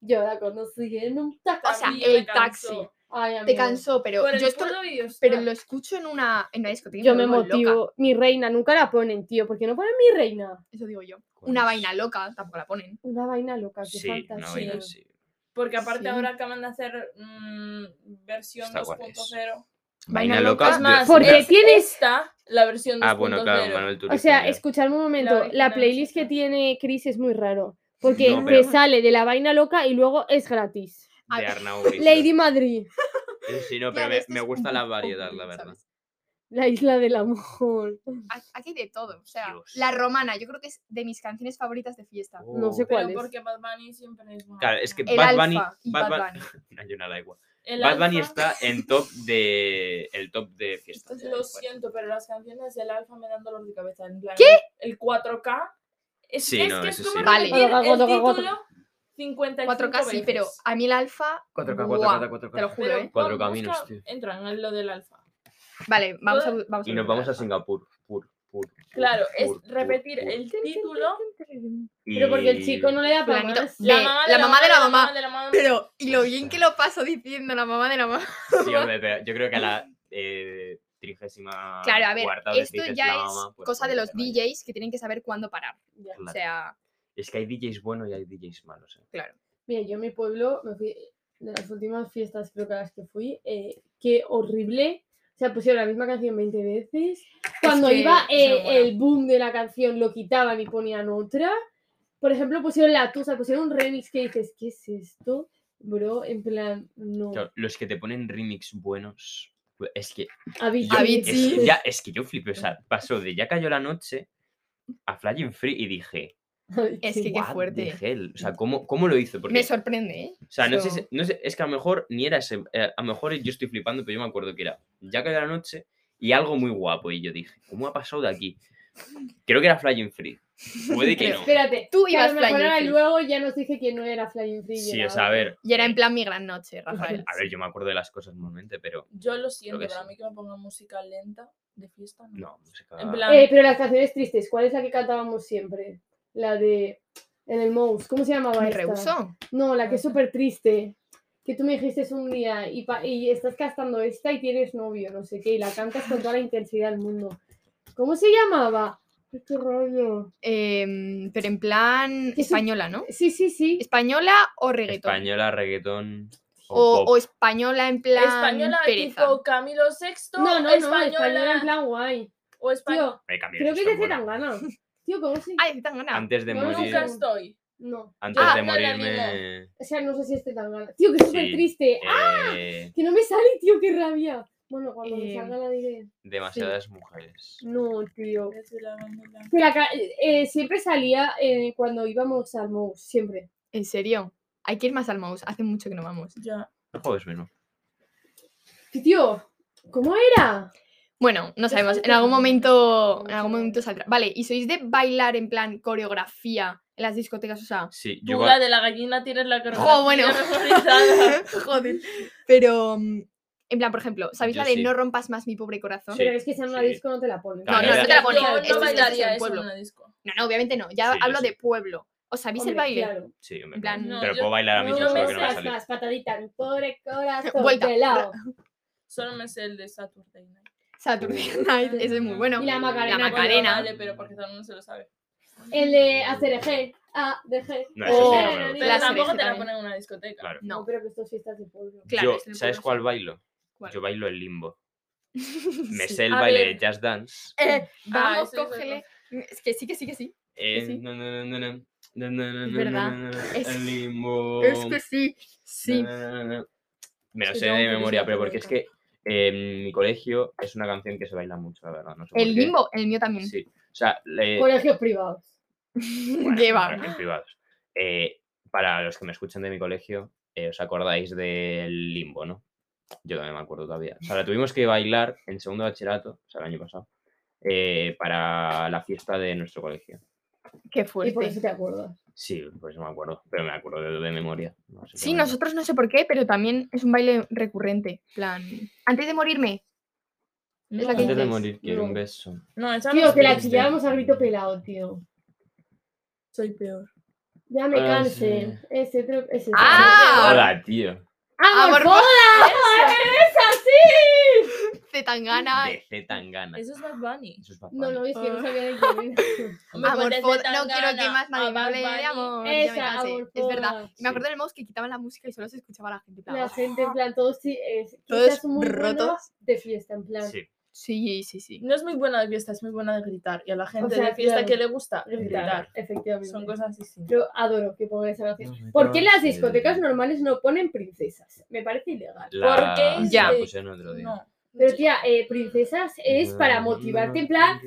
Speaker 1: Yo la conocí en un taxi.
Speaker 2: O sea,
Speaker 4: A mí
Speaker 2: el
Speaker 4: me
Speaker 2: taxi.
Speaker 4: cansó.
Speaker 1: Ay,
Speaker 2: Te
Speaker 1: amigo.
Speaker 2: cansó, pero
Speaker 4: Por el
Speaker 2: yo esto.
Speaker 4: puto videostrap.
Speaker 2: Pero lo escucho en una, en una discoteca. y
Speaker 1: Yo me
Speaker 2: vuelvo loca.
Speaker 1: motivo. Mi reina nunca la ponen, tío. ¿Por qué no ponen mi reina?
Speaker 2: Eso digo yo.
Speaker 3: ¿Cuál
Speaker 2: Una
Speaker 3: es?
Speaker 2: vaina loca, tampoco la ponen.
Speaker 1: Una vaina loca, qué
Speaker 3: Sí,
Speaker 1: fantasía.
Speaker 3: una vaina
Speaker 4: sí.
Speaker 3: así.
Speaker 4: Porque aparte
Speaker 2: Sí.
Speaker 4: ahora acaban de hacer mm, versión
Speaker 3: ¿Esta cuál es?
Speaker 4: 2.0.
Speaker 3: Vaina
Speaker 2: Vaina
Speaker 3: loca.
Speaker 2: loca.
Speaker 4: Es más,
Speaker 3: Dios mío.
Speaker 1: Porque tienes.
Speaker 4: Esta, la versión 2.0.
Speaker 3: Ah, bueno, claro, Manuel Turizo.
Speaker 1: O sea,
Speaker 3: ya.
Speaker 1: escuchadme un momento. La
Speaker 4: original,
Speaker 1: playlist
Speaker 4: sí.
Speaker 1: que tiene Chris es muy raro. Porque
Speaker 3: No,
Speaker 1: te
Speaker 3: pero-
Speaker 1: sale de la vaina loca y luego es gratis.
Speaker 2: A
Speaker 3: de
Speaker 2: ver.
Speaker 3: Arnau Brito.
Speaker 1: Lady Madrid.
Speaker 3: Sí, no,
Speaker 2: Ya
Speaker 3: pero me,
Speaker 2: ves, esto
Speaker 3: me
Speaker 2: es un
Speaker 3: gusta la
Speaker 2: poco
Speaker 3: variedad, la
Speaker 2: overkill,
Speaker 3: verdad.
Speaker 2: ¿sabes?
Speaker 1: La isla del amor.
Speaker 2: A- Aquí hay de todo. O sea,
Speaker 3: Dios.
Speaker 2: La Romana, yo creo que es de mis canciones favoritas de fiesta.
Speaker 1: No sé
Speaker 3: Oh.
Speaker 1: cuál
Speaker 4: Pero
Speaker 1: es.
Speaker 4: porque Bad Bunny siempre es guapo.
Speaker 3: Claro, es que
Speaker 2: El
Speaker 3: Bad
Speaker 2: Alfa
Speaker 3: Bunny.
Speaker 2: y
Speaker 3: Bad
Speaker 2: Bad
Speaker 3: Bun- Hay una da igual.
Speaker 4: El
Speaker 3: Bad Bunny
Speaker 4: Alfa-
Speaker 3: está en top de. El top de fiesta.
Speaker 4: Lo siento, pero las canciones del alfa me dan dolor de cabeza. En plan,
Speaker 2: ¿Qué?
Speaker 4: El 4K. Es,
Speaker 3: Sí,
Speaker 4: es
Speaker 3: no,
Speaker 4: que es
Speaker 3: eso
Speaker 4: como
Speaker 3: sí.
Speaker 2: Vale.
Speaker 4: repetir
Speaker 1: Cuatro K,
Speaker 4: el
Speaker 1: cuatro K, cuatro
Speaker 4: título 55
Speaker 2: 4K sí, pero
Speaker 4: veces.
Speaker 2: a mí el alfa.
Speaker 5: 4K,
Speaker 2: buah,
Speaker 5: 4K, 4K.
Speaker 2: Te lo juro,
Speaker 4: Pero
Speaker 2: ¿eh?
Speaker 3: Cuatro
Speaker 4: busca-
Speaker 3: caminos, tío.
Speaker 4: Entra en lo del alfa.
Speaker 2: Vale, vamos a. bu- Vamos a
Speaker 3: Y nos
Speaker 2: buscar
Speaker 3: vamos a
Speaker 2: Alfa.
Speaker 3: Singapur. Pur, pur, pur,
Speaker 4: Claro, es
Speaker 3: pur, pur,
Speaker 4: repetir
Speaker 3: pur.
Speaker 4: el título.
Speaker 1: Pero porque el chico no le da para
Speaker 2: Fulanito.
Speaker 1: más.
Speaker 2: La mamá de la mamá.
Speaker 4: de la mamá.
Speaker 2: Pero, y lo bien que lo paso diciendo la mamá de la mamá.
Speaker 3: Sí, hombre, pero yo creo que a la eh, trigésima.
Speaker 2: Claro, a ver,
Speaker 3: cuarta vez
Speaker 2: esto
Speaker 3: dices
Speaker 2: ya
Speaker 3: la
Speaker 2: es
Speaker 3: mamá, pues,
Speaker 2: cosa de
Speaker 3: puede
Speaker 2: los
Speaker 3: ser, vaya.
Speaker 2: DJs que tienen que saber cuándo parar.
Speaker 1: Ya.
Speaker 2: O
Speaker 3: Claro.
Speaker 2: sea,
Speaker 3: Es que hay DJs buenos y hay DJs malos. eh.
Speaker 1: Mira, yo en mi pueblo me fui de las últimas fiestas, creo que a las que fui, eh, qué horrible. O sea, pusieron la misma canción 20 veces. Cuando
Speaker 2: que
Speaker 1: iba
Speaker 2: es una
Speaker 1: eh,
Speaker 2: buena.
Speaker 1: el boom de la canción, lo quitaban y ponían otra. Por ejemplo, pusieron la Tusa, pusieron un remix que dices, ¿qué es esto? Bro, en plan, no.
Speaker 3: Claro, los que te ponen remix buenos. Es que,
Speaker 1: Avicii.
Speaker 3: es,
Speaker 2: Avicii.
Speaker 3: que ya, es que yo flipé. O sea, pasó de ya cayó la noche a Flying Free y dije.
Speaker 2: Es que- qué
Speaker 3: "What the
Speaker 2: fuerte".
Speaker 3: hell?". O sea, ¿cómo, cómo lo hizo? Porque
Speaker 2: me sorprende, ¿eh?
Speaker 3: O sea, no sé,
Speaker 2: Eso-
Speaker 3: si- no sé, es que a lo mejor ni era ese, eh, a lo mejor yo estoy flipando, pero yo me acuerdo que era ya cayó la noche y algo muy guapo y yo dije, ¿cómo ha pasado de aquí? Creo que era Flying Free. Puede que no.
Speaker 1: Espérate.
Speaker 2: Tú
Speaker 1: que a
Speaker 2: ibas
Speaker 1: lo
Speaker 2: Flying
Speaker 1: mejor ahora
Speaker 2: Free.
Speaker 1: luego ya nos dije que no era Flying Free.
Speaker 3: Sí,
Speaker 1: era
Speaker 3: o sea, a
Speaker 1: otro.
Speaker 3: ver,
Speaker 2: Y era en plan mi gran noche, Rafael.
Speaker 3: a ver, yo me acuerdo de las cosas normalmente, pero
Speaker 4: Yo lo siento,
Speaker 3: que
Speaker 4: pero a
Speaker 3: sí.
Speaker 4: mí que me ponga música lenta de fiesta. No.
Speaker 3: no, música.
Speaker 4: En plan-
Speaker 1: Eh, pero las canciones tristes, ¿cuál es la que cantábamos siempre? La de. En el Mouse, ¿cómo se llamaba
Speaker 2: Me
Speaker 1: esta?
Speaker 2: rehusó.
Speaker 1: No, la que es
Speaker 4: Ajá.
Speaker 1: súper triste. Que tú me dijiste es un día y, pa- y estás cantando esta y tienes novio, no sé qué, y la cantas con toda la intensidad del mundo. ¿Cómo se llamaba? Ay, ¡Qué rollo!
Speaker 2: Em, pero en plan
Speaker 1: Es un-
Speaker 2: española, ¿no?
Speaker 1: Sí, sí, sí.
Speaker 2: Española o reggaetón.
Speaker 3: Española, reggaetón.
Speaker 2: O,
Speaker 3: O,
Speaker 2: o
Speaker 3: pop.
Speaker 2: española en plan
Speaker 4: Española
Speaker 2: pereza.
Speaker 4: tipo Camilo VI.
Speaker 1: No, no, no, española, en
Speaker 4: española.
Speaker 1: plan guay.
Speaker 4: O española.
Speaker 1: Tío,
Speaker 3: Me cambié,
Speaker 1: creo que
Speaker 3: está
Speaker 1: es de
Speaker 3: bueno.
Speaker 1: Tangana. Tío, ¿cómo se
Speaker 2: Ay, tan ganado.
Speaker 3: Antes de
Speaker 1: Yo
Speaker 3: morir,
Speaker 4: Nunca estoy.
Speaker 1: No,
Speaker 3: antes
Speaker 2: Ah,
Speaker 3: de
Speaker 4: no, la
Speaker 3: morirme.
Speaker 1: o sea, no sé si es de Tangana. Tío, que es súper
Speaker 3: Sí,
Speaker 1: triste. ¡Ah!
Speaker 3: eh,
Speaker 1: Que no me sale, tío, qué rabia. Bueno, cuando me
Speaker 2: Eh,
Speaker 1: salga la diré.
Speaker 3: demasiadas mujeres.
Speaker 1: No, tío.
Speaker 4: Desde la bandera.
Speaker 1: Que la ca- eh, siempre salía eh, cuando íbamos al Mouse, siempre.
Speaker 2: En serio. Hay que ir más al mouse. Hace mucho que no vamos.
Speaker 4: Ya.
Speaker 3: No juegues menos.
Speaker 1: Tío, ¿cómo era?
Speaker 2: Bueno, no sabemos. En
Speaker 1: falta
Speaker 2: algún
Speaker 1: mucho,
Speaker 2: momento, en
Speaker 1: mucho.
Speaker 2: algún momento saldrá. Vale, ¿y sois de bailar en plan coreografía en las discotecas? O sea.
Speaker 3: Sí, yo
Speaker 4: Tú,
Speaker 3: igual-
Speaker 4: la de la gallina, tienes la coreografía
Speaker 2: ¡Jo, Oh, bueno!
Speaker 4: memorizada.
Speaker 2: Joder. Pero, mm, en plan, por ejemplo, ¿sabéis
Speaker 3: Yo
Speaker 2: la de
Speaker 3: sí.
Speaker 2: No rompas más mi pobre corazón?
Speaker 3: Sí.
Speaker 1: Pero es que si en una
Speaker 3: sí.
Speaker 1: disco no te la ponen.
Speaker 3: No, Claro, no, no
Speaker 2: te la ponen,
Speaker 4: Yo
Speaker 2: esto es
Speaker 4: no bailaría
Speaker 2: del
Speaker 4: eso en
Speaker 2: pueblo.
Speaker 4: una disco.
Speaker 2: No, no, obviamente no. Ya
Speaker 3: Sí, yo
Speaker 2: hablo
Speaker 3: sí.
Speaker 2: de pueblo. ¿Os sabéis el baile?
Speaker 1: Claro.
Speaker 3: sí, hombre,
Speaker 2: En plan,
Speaker 4: No,
Speaker 3: pero
Speaker 4: yo-
Speaker 3: puedo bailar a mí
Speaker 4: no,
Speaker 3: solo
Speaker 4: yo
Speaker 3: que no me
Speaker 4: sé
Speaker 1: seas
Speaker 3: sale.
Speaker 1: más patadita, mi pobre corazón.
Speaker 2: Vuelta.
Speaker 1: de lado.
Speaker 4: Solo me sé el de Saturday Night.
Speaker 2: Saturday Night, ese es muy bueno.
Speaker 1: Y la Macarena.
Speaker 2: La
Speaker 4: Bueno,
Speaker 2: Macarena.
Speaker 4: Vale, pero porque todo el mundo se lo sabe.
Speaker 1: El de hacer eje, A, de G.
Speaker 3: No, eso sí, no me lo
Speaker 1: Pero
Speaker 4: Pero
Speaker 2: Las
Speaker 4: tampoco
Speaker 2: orejas
Speaker 4: te la
Speaker 2: también.
Speaker 4: ponen en una discoteca.
Speaker 3: Claro.
Speaker 1: No,
Speaker 2: No.
Speaker 1: pero que esto sí está de pueblo.
Speaker 2: Claro,
Speaker 3: yo,
Speaker 2: es en el
Speaker 3: ¿sabes
Speaker 2: pueblo
Speaker 3: cuál
Speaker 2: sí.
Speaker 3: bailo?
Speaker 2: ¿Cuál?
Speaker 3: Yo bailo el limbo. Me
Speaker 2: Sí.
Speaker 3: sé el
Speaker 4: A
Speaker 3: baile
Speaker 4: ver.
Speaker 3: de Just Dance.
Speaker 1: Ah,
Speaker 2: Eh, vamos,
Speaker 4: sí, sí, sí.
Speaker 2: cógele. Es que sí, que sí, que sí.
Speaker 3: Eh,
Speaker 2: sí.
Speaker 3: no, no, no, no, no. No, no, no,
Speaker 2: Es
Speaker 3: no,
Speaker 2: verdad.
Speaker 3: no, no, no,
Speaker 2: Es-
Speaker 3: El limbo.
Speaker 2: sí. Sí.
Speaker 3: Oh, No, no, no, no. Me lo
Speaker 2: Sí,
Speaker 3: sé
Speaker 2: tengo
Speaker 3: de
Speaker 2: curiosidad
Speaker 3: memoria, pero
Speaker 2: por
Speaker 3: porque es
Speaker 2: verlo.
Speaker 3: que eh, en mi colegio es una canción que se baila mucho, la verdad. No sé por
Speaker 2: El
Speaker 3: qué.
Speaker 2: limbo, el mío también.
Speaker 3: Sí. O sea, le-
Speaker 1: Colegios privados.
Speaker 3: bueno,
Speaker 2: Lleva.
Speaker 3: para- en privados. Eh, para los que me escuchan de mi colegio, eh, os acordáis del limbo, ¿no? Yo también me acuerdo todavía. O sea, la tuvimos que bailar en segundo de bachillerato, o sea, el año pasado, eh, para la fiesta de nuestro colegio.
Speaker 2: Qué
Speaker 1: Y por eso
Speaker 2: fuerte.
Speaker 1: te acuerdas.
Speaker 3: Sí, por eso me acuerdo, pero me acuerdo de, de memoria. no sé
Speaker 2: Sí,
Speaker 3: por qué.
Speaker 2: nosotros no sé por qué, pero también es un baile recurrente. plan, antes de morirme. Es la que
Speaker 3: Antes de
Speaker 2: dices.
Speaker 3: morir, quiero un
Speaker 1: No.
Speaker 3: beso.
Speaker 4: No, esa no
Speaker 1: Tío,
Speaker 4: es-
Speaker 1: que la chillábamos a grito pelado, tío.
Speaker 4: soy peor.
Speaker 1: Ya me
Speaker 3: Ah,
Speaker 1: cansé. Ese, tro- ese.
Speaker 2: ¡Ah!
Speaker 3: Hola, tío.
Speaker 1: ¡Ah,
Speaker 2: ¡Amor
Speaker 1: por
Speaker 2: por
Speaker 1: así!
Speaker 2: Zetangana!
Speaker 3: De C. Tangana.
Speaker 4: Eso es Bad Bunny.
Speaker 3: Eso es Bad
Speaker 1: No, no,
Speaker 3: Bunny.
Speaker 1: es que no sabía de quién era.
Speaker 4: Hombre,
Speaker 2: Amor
Speaker 4: pues desde
Speaker 2: por- no quiero que
Speaker 4: Tangana
Speaker 2: más nadie
Speaker 4: a
Speaker 2: me
Speaker 4: Bad
Speaker 2: hable de
Speaker 4: Bunny.
Speaker 2: amor. ya me
Speaker 1: Esa,
Speaker 2: cansé,
Speaker 1: amor
Speaker 2: Es verdad.
Speaker 1: por-
Speaker 2: Y me acuerdo
Speaker 3: Sí.
Speaker 2: del mouse que quitaban la música y solo se escuchaba la gente. en plan, "Oh".
Speaker 1: La gente, en plan, todos sí, eh,
Speaker 2: Todos
Speaker 1: quizás muy buena
Speaker 2: rotos.
Speaker 1: de fiesta, en plan.
Speaker 3: Sí.
Speaker 2: Sí, sí, sí.
Speaker 4: No es muy buena de fiesta, es muy buena de gritar. Y a la gente
Speaker 1: sea,
Speaker 4: de fiesta
Speaker 1: claro.
Speaker 4: que le gusta
Speaker 1: Gritar,
Speaker 4: gritar.
Speaker 1: efectivamente.
Speaker 4: Son cosas distintas.
Speaker 1: Yo adoro que pongan esa canción. ¿Por qué en las discotecas normales no ponen princesas? Me parece ilegal.
Speaker 3: La...
Speaker 4: Porque es
Speaker 2: Ya.
Speaker 3: Ya.
Speaker 4: de-
Speaker 3: pusieron otro día.
Speaker 4: No,
Speaker 1: Pero tía, eh, princesas es para motivarte en plan,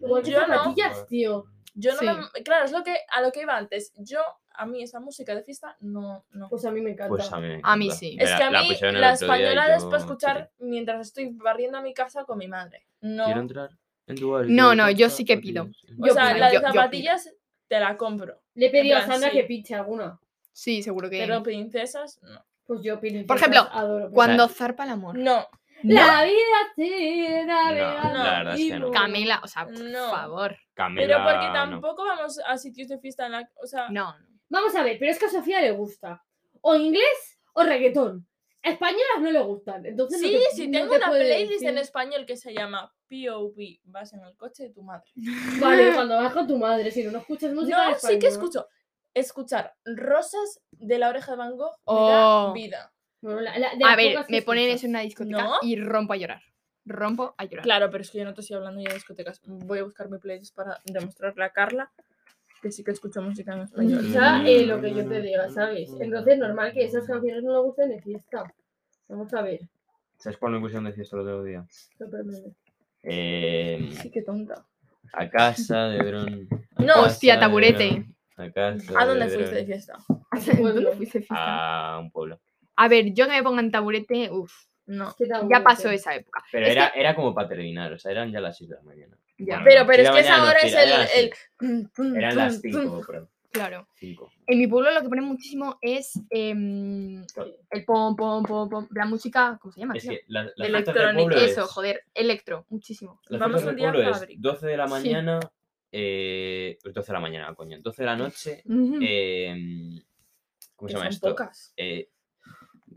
Speaker 1: igual que
Speaker 4: Yo no.
Speaker 1: zapatillas, tío.
Speaker 4: Yo no
Speaker 2: Sí.
Speaker 4: me- Claro, es lo que, a lo que iba antes. Yo, a mí, esa música de fiesta no. no.
Speaker 1: Pues a mí me encanta.
Speaker 3: Pues a mí. me
Speaker 2: A mí
Speaker 3: encanta.
Speaker 2: sí.
Speaker 3: Me
Speaker 4: Es que a
Speaker 3: la
Speaker 4: mí
Speaker 3: pusieron el
Speaker 4: la
Speaker 3: otro día y
Speaker 4: española es
Speaker 3: yo-
Speaker 4: para escuchar mientras estoy barriendo a mi casa con mi madre. No.
Speaker 3: Quiero entrar en tu barrio,
Speaker 2: No,
Speaker 3: quiero
Speaker 2: no, yo
Speaker 3: comprar
Speaker 2: sí que pido.
Speaker 3: zapatillas.
Speaker 4: O
Speaker 1: Yo
Speaker 4: sea,
Speaker 1: pido,
Speaker 4: la de
Speaker 2: yo- yo pido.
Speaker 4: zapatillas te la compro.
Speaker 1: Le he pedido a
Speaker 4: plan,
Speaker 1: Sandra
Speaker 4: sí.
Speaker 1: que pinche alguna.
Speaker 2: Sí, seguro que.
Speaker 4: Pero princesas, no.
Speaker 1: Pues yo princesas
Speaker 2: Por ejemplo,
Speaker 1: adoro.
Speaker 2: Cuando zarpa el amor.
Speaker 4: No,
Speaker 1: La vida te da
Speaker 3: No,
Speaker 1: verano,
Speaker 4: la
Speaker 3: verdad es que
Speaker 1: vivo.
Speaker 3: no.
Speaker 2: Camela, o sea, por
Speaker 4: No.
Speaker 2: favor.
Speaker 3: Camila,
Speaker 4: pero porque
Speaker 3: no.
Speaker 4: tampoco vamos a sitios de fiesta en la. O sea,
Speaker 2: No, no.
Speaker 1: Vamos a ver, pero es que a Sofía le gusta. O inglés o reggaetón. A Españolas no le gustan. Entonces no
Speaker 4: sí,
Speaker 1: te-
Speaker 4: si
Speaker 1: no
Speaker 4: tengo
Speaker 1: te
Speaker 4: una
Speaker 1: puede
Speaker 4: playlist en
Speaker 1: decir-
Speaker 4: español que se llama POV, vas en el coche de tu madre.
Speaker 1: Vale, cuando vas con tu madre, si no, no escuchas música. en
Speaker 4: No, sí que
Speaker 1: español.
Speaker 4: escucho. Escuchar Rosas de la oreja de Van Gogh me da
Speaker 2: Oh.
Speaker 4: vida.
Speaker 1: Bueno, la- la- de
Speaker 2: A
Speaker 1: las
Speaker 2: ver,
Speaker 1: pocas que
Speaker 2: me ponen
Speaker 1: escuchas.
Speaker 2: eso en una discoteca
Speaker 4: ¿No?
Speaker 2: y rompo a llorar. Rompo a llorar.
Speaker 4: Claro, pero es que yo no te estoy hablando ya de discotecas. Voy a buscar mi playlist para demostrarle a Carla que sí que escucho música en español.
Speaker 1: O
Speaker 3: Mm.
Speaker 1: sea, eh, lo que yo te diga, ¿sabes? Entonces, normal que esas canciones no le gusten de fiesta. Vamos a ver.
Speaker 3: ¿Sabes cuál me pusieron de fiesta el otro día?
Speaker 1: sorpréndeme.
Speaker 3: Eh,
Speaker 4: Sí, qué tonta.
Speaker 3: a casa de dron. a
Speaker 4: No.
Speaker 3: casa
Speaker 2: Hostia,
Speaker 3: de
Speaker 2: taburete.
Speaker 3: dron, A casa
Speaker 4: ¿A dónde
Speaker 3: de
Speaker 4: fuiste de
Speaker 3: dron.
Speaker 4: fiesta?
Speaker 1: pueblo.
Speaker 2: ¿Dónde fuiste de fiesta?
Speaker 3: A un pueblo.
Speaker 2: A ver, yo que me pongan taburete, uff,
Speaker 4: No.
Speaker 1: ¿Qué tal,
Speaker 2: ya
Speaker 1: Guadalupe?
Speaker 2: pasó esa época.
Speaker 3: Pero
Speaker 2: Es
Speaker 3: era, era como para terminar, o sea, eran ya las 6 de la mañana.
Speaker 2: Ya,
Speaker 3: Bueno,
Speaker 4: Pero,
Speaker 3: no,
Speaker 4: pero
Speaker 3: sí,
Speaker 4: es
Speaker 3: la
Speaker 4: que esa
Speaker 3: mañana no,
Speaker 4: hora
Speaker 3: sí,
Speaker 4: es
Speaker 3: era las
Speaker 4: el.
Speaker 3: cinco.
Speaker 4: el-
Speaker 3: Eran las 5, pero
Speaker 2: claro.
Speaker 3: 5.
Speaker 2: En mi pueblo lo que ponen muchísimo es em, el pom, pom, pom, pom. La música, ¿cómo se llama?
Speaker 3: Es
Speaker 2: tío?
Speaker 3: que la, la
Speaker 4: Electronic-
Speaker 3: fiesta del pueblo
Speaker 2: Eso,
Speaker 3: es,
Speaker 2: joder, electro, muchísimo.
Speaker 3: Las fiestas
Speaker 4: Vamos un
Speaker 3: del
Speaker 4: día
Speaker 3: pueblo es
Speaker 4: Fabric.
Speaker 3: 12 de la
Speaker 2: Sí.
Speaker 3: mañana, eh, pues 12 de la mañana, coño, 12 de la noche,
Speaker 2: Ujú.
Speaker 3: eh, ¿cómo
Speaker 4: que
Speaker 3: se llama
Speaker 4: son
Speaker 3: esto?
Speaker 4: pocas.
Speaker 3: Eh,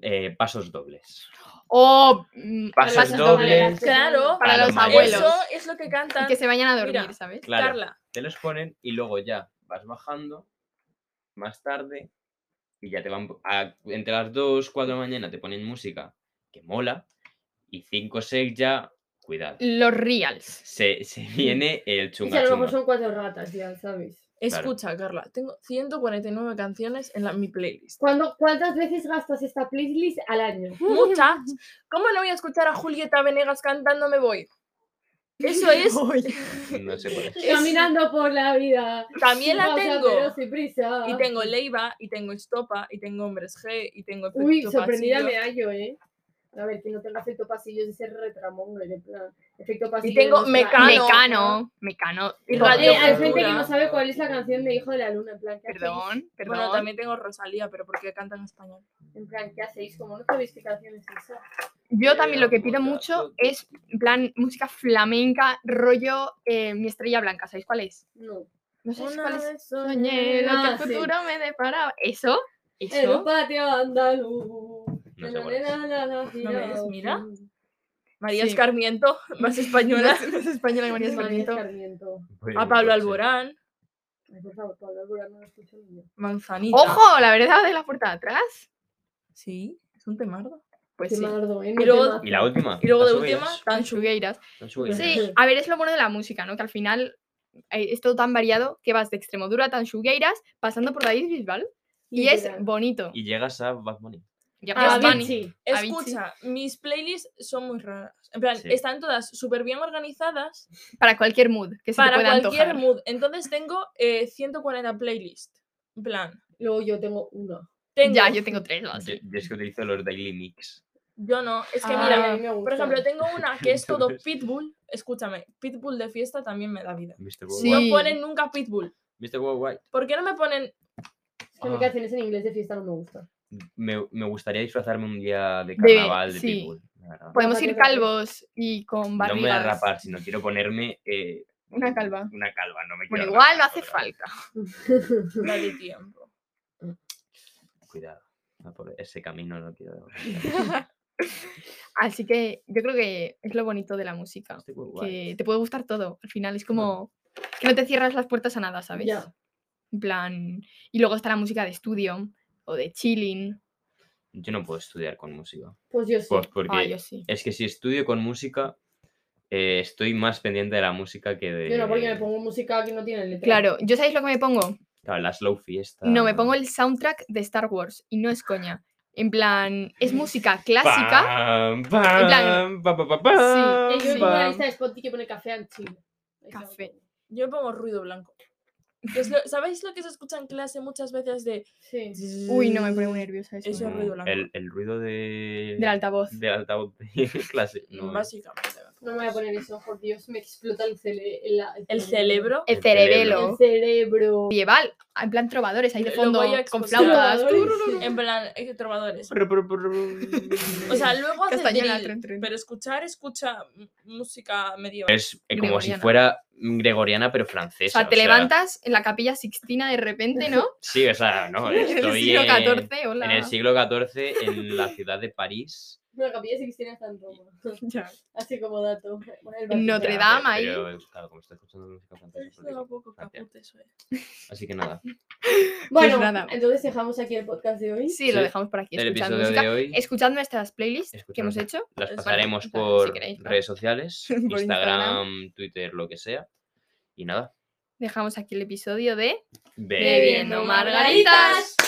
Speaker 3: eh, pasos dobles.
Speaker 2: O mm,
Speaker 3: Pasos
Speaker 1: pues,
Speaker 2: pasos
Speaker 3: dobles.
Speaker 2: dobles.
Speaker 4: Claro.
Speaker 2: Para los abuelos.
Speaker 4: Eso es lo que cantan.
Speaker 2: Y que se vayan a dormir,
Speaker 4: Mira.
Speaker 2: ¿sabes?
Speaker 3: Claro,
Speaker 4: Carla.
Speaker 3: te los ponen y luego ya vas bajando más tarde y ya te van a- entre las 2, 4 de la mañana te ponen música que mola y 5, 6 ya, cuidado.
Speaker 2: Los reals.
Speaker 3: Se, se viene
Speaker 1: Es
Speaker 3: el
Speaker 1: que a
Speaker 3: chunga
Speaker 1: lo mejor
Speaker 3: chunga.
Speaker 1: son cuatro ratas, ya, ¿sabes?
Speaker 3: Claro.
Speaker 4: Escucha, Carla, tengo 149 canciones en la- mi playlist.
Speaker 1: ¿Cuándo- ¿Cuántas veces gastas esta playlist al año?
Speaker 4: Muchas. ¿Cómo no voy a escuchar a Julieta Venegas cantando Me Voy? Eso es.
Speaker 3: No sé cuál es.
Speaker 4: es-
Speaker 1: Caminando por la vida.
Speaker 4: También la
Speaker 1: Pausa,
Speaker 4: tengo.
Speaker 1: pero sin prisa.
Speaker 4: Y tengo Leiva, y tengo Estopa, y tengo Hombres G, y tengo Efecto
Speaker 1: Uy, sorprendida me
Speaker 4: Pasillo,
Speaker 1: hallo, ¿eh? A ver, que no tenga efecto pasillo de ser retramón, güey, en plan. Efecto pasillo.
Speaker 4: tengo
Speaker 1: de nuestra-
Speaker 4: Mecano.
Speaker 2: Mecano, mecano.
Speaker 4: Y
Speaker 2: todo.
Speaker 4: Radio
Speaker 1: Eh, hay gente que
Speaker 4: Futura.
Speaker 1: no sabe cuál es la canción de Hijo de la Luna, en plan, ¿qué hacéis?
Speaker 2: Perdón, perdón.
Speaker 4: Bueno, también tengo Rosalía, pero porque canta en español.
Speaker 1: En plan, ¿qué hacéis? Como no sabéis qué canción es esa.
Speaker 2: Yo
Speaker 3: Eh,
Speaker 2: también lo que pido
Speaker 3: Otra,
Speaker 2: mucho
Speaker 3: otra.
Speaker 2: es, en plan, música flamenca, rollo eh, Mi Estrella Blanca, ¿sabéis cuál es?
Speaker 1: No.
Speaker 2: No sé
Speaker 4: Una
Speaker 2: cuál es.
Speaker 4: vez
Speaker 2: Soñé lo que
Speaker 1: Ah,
Speaker 2: el
Speaker 1: sí.
Speaker 2: futuro me deparaba. ¿Eso?
Speaker 1: En un
Speaker 2: ¿Eso?
Speaker 1: patio andaluz.
Speaker 3: No sé cuál es.
Speaker 4: No me des, mira. María
Speaker 2: María
Speaker 4: Escarmiento, más española.
Speaker 2: No es española de María
Speaker 1: María
Speaker 2: Escarmiento.
Speaker 1: Escarmiento.
Speaker 3: Voy en
Speaker 4: A
Speaker 3: un
Speaker 4: Pablo
Speaker 3: coche.
Speaker 4: Alborán,
Speaker 1: Ay, por favor, Pablo Alborán no lo escucho ni yo.
Speaker 4: Manzanita.
Speaker 2: ¡Ojo! La verdad de la puerta de atrás.
Speaker 4: Sí, es un temardo.
Speaker 2: Pues
Speaker 1: Qué
Speaker 2: sí.
Speaker 1: mardo, ¿eh?
Speaker 4: Y luego-
Speaker 1: Temazo.
Speaker 3: Y la última.
Speaker 4: Y luego
Speaker 3: las
Speaker 4: de
Speaker 3: subidas,
Speaker 4: última, Tan
Speaker 2: Tanchugueiras.
Speaker 3: las subidas.
Speaker 2: Sí, a ver, es lo bueno de la música, ¿no? Que al final eh, es todo tan variado que vas de Extremodura a Tanchugueiras, pasando por David Bisbal. Y es
Speaker 1: Literal.
Speaker 2: bonito.
Speaker 3: Y llegas a Bad Bunny.
Speaker 2: Ya
Speaker 4: Ah,
Speaker 2: Bad Bunny.
Speaker 1: Avicii.
Speaker 2: Avicii.
Speaker 4: Escucha, mis playlists son muy raras. En plan,
Speaker 3: Sí.
Speaker 4: están todas súper bien organizadas
Speaker 2: Para cualquier mood que se te
Speaker 4: para
Speaker 2: pueda
Speaker 4: cualquier
Speaker 2: antojar.
Speaker 4: mood. Entonces tengo eh, 140 playlists. En plan,
Speaker 1: Luego yo tengo una.
Speaker 4: tengo.
Speaker 2: Ya, yo tengo tres o así.
Speaker 3: Yo, yo es que utilizo los Daily Mix.
Speaker 4: Yo no. Es que
Speaker 1: Ah,
Speaker 4: mira,
Speaker 1: a mí me
Speaker 4: por
Speaker 1: gusta.
Speaker 4: ejemplo, tengo una que es todo
Speaker 3: Entonces-
Speaker 4: Pitbull. Escúchame, Pitbull de fiesta también me da vida.
Speaker 3: Mr.
Speaker 2: Sí.
Speaker 3: Worldwide.
Speaker 4: No ponen nunca Pitbull.
Speaker 3: Mr. Worldwide.
Speaker 4: ¿Por qué no me ponen
Speaker 1: Es que mis
Speaker 3: Ah.
Speaker 1: canciones en inglés de fiesta no me gustan.
Speaker 3: Me, me gustaría disfrazarme un día
Speaker 2: De-
Speaker 3: de carnaval de,
Speaker 2: sí.
Speaker 3: Pitbull. la verdad.
Speaker 2: Podemos
Speaker 1: Aparte
Speaker 2: ir
Speaker 1: de rapar.
Speaker 2: calvos y con
Speaker 3: No me voy a
Speaker 2: barrigas.
Speaker 3: rapar, sino quiero ponerme. eh,
Speaker 2: Una calva.
Speaker 3: Una calva, no me
Speaker 2: Bueno,
Speaker 3: quiero
Speaker 2: igual no
Speaker 3: rapar,
Speaker 2: hace
Speaker 3: pero
Speaker 2: falta.
Speaker 4: Dale tiempo?
Speaker 3: Cuidado. a por ese camino no quiero.
Speaker 2: Así que yo creo que es lo bonito de la música.
Speaker 3: Mr. Worldwide.
Speaker 2: Que te puede gustar todo. Al final es como que no te cierras las puertas a nada, ¿sabes?
Speaker 1: Ya.
Speaker 2: En plan. Y luego está la música de estudio o de chilling.
Speaker 3: Yo no puedo estudiar con música.
Speaker 1: Pues yo sí.
Speaker 3: Pues porque
Speaker 2: Ah, yo sí.
Speaker 3: es que si estudio con música, eh, estoy más pendiente de la música que de.
Speaker 1: Yo no, porque me pongo música que no tiene letra.
Speaker 2: Claro, ¿yo sabéis lo que me pongo?
Speaker 3: Claro, la slow fiesta.
Speaker 2: No, me pongo el soundtrack de Star Wars y no es coña. En plan, es música clásica.
Speaker 3: Pam, pam,
Speaker 2: plan-
Speaker 3: pa, pa, pa,
Speaker 2: Sí,
Speaker 3: pam,
Speaker 1: Yo tengo una
Speaker 3: pam.
Speaker 1: lista de Spotify que pone café and chill. Es la
Speaker 2: Café.
Speaker 1: última.
Speaker 4: Yo pongo ruido blanco. Que es lo- ¿Sabéis lo que se escucha en clase muchas veces de...
Speaker 1: Sí.
Speaker 2: Uy, no me pone muy nerviosa eso.
Speaker 4: Ese
Speaker 2: ¿eh?
Speaker 3: Mm,
Speaker 4: ruido blanco.
Speaker 3: El, el ruido de...
Speaker 2: Del altavoz.
Speaker 3: Del altavoz de clase. No,
Speaker 4: Básicamente.
Speaker 1: No me voy a poner eso, por Dios, me explota el, cele- el,
Speaker 4: El cerebro.
Speaker 2: El
Speaker 3: El cerebro.
Speaker 2: cerebelo.
Speaker 1: El cerebro.
Speaker 2: Medieval. En plan trovadores ahí de
Speaker 4: Lo
Speaker 2: fondo
Speaker 4: voy a
Speaker 2: con
Speaker 4: exponer.
Speaker 2: flautas.
Speaker 1: Trovadores.
Speaker 4: En plan, eh, trovadores.
Speaker 3: Pru, pru, pru.
Speaker 4: O sea, luego hace
Speaker 2: Castañuela,
Speaker 4: drill,
Speaker 2: tren, tren.
Speaker 4: pero escuchar, escucha m- música medieval.
Speaker 3: es eh, como si
Speaker 2: Gregoriana.
Speaker 3: fuera gregoriana, pero
Speaker 2: O
Speaker 3: francesa.
Speaker 2: sea, te
Speaker 3: o sea,
Speaker 2: levantas en la capilla sixtina de repente, ¿no?
Speaker 3: Sí, o sea, no,
Speaker 2: en el
Speaker 3: estoy
Speaker 2: siglo
Speaker 3: en-
Speaker 2: XIV, hola.
Speaker 3: en el siglo XIV en la ciudad de París.
Speaker 1: No, la capilla Sixtina está en Roma.
Speaker 2: Ya.
Speaker 1: Así como dato. El
Speaker 2: En Notre
Speaker 1: Vaticano.
Speaker 3: Ya,
Speaker 2: Dame ahí.
Speaker 3: pero, eh, claro, como estoy escuchando música francesa,
Speaker 4: Es
Speaker 3: pues digo,
Speaker 4: un poco
Speaker 3: Gracias.
Speaker 4: caput eso, eh.
Speaker 3: Así que nada.
Speaker 1: Bueno,
Speaker 2: nada.
Speaker 1: entonces dejamos aquí el podcast de hoy.
Speaker 2: Sí, lo
Speaker 3: Sí.
Speaker 2: dejamos por aquí.
Speaker 3: El
Speaker 2: Escuchando
Speaker 3: episodio
Speaker 2: música.
Speaker 3: de hoy
Speaker 2: Escuchad nuestras playlists que
Speaker 3: Escuchad
Speaker 2: hemos
Speaker 3: nuestras-
Speaker 2: hecho.
Speaker 3: las
Speaker 4: Bueno,
Speaker 3: pasaremos
Speaker 2: o sea, si
Speaker 3: por
Speaker 2: queréis, claro.
Speaker 3: redes sociales,
Speaker 2: Por
Speaker 3: Instagram,
Speaker 2: Instagram.
Speaker 3: Twitter, lo que sea. Y nada.
Speaker 2: Dejamos aquí el episodio de
Speaker 3: Bebiendo
Speaker 2: Bebiendo Margaritas.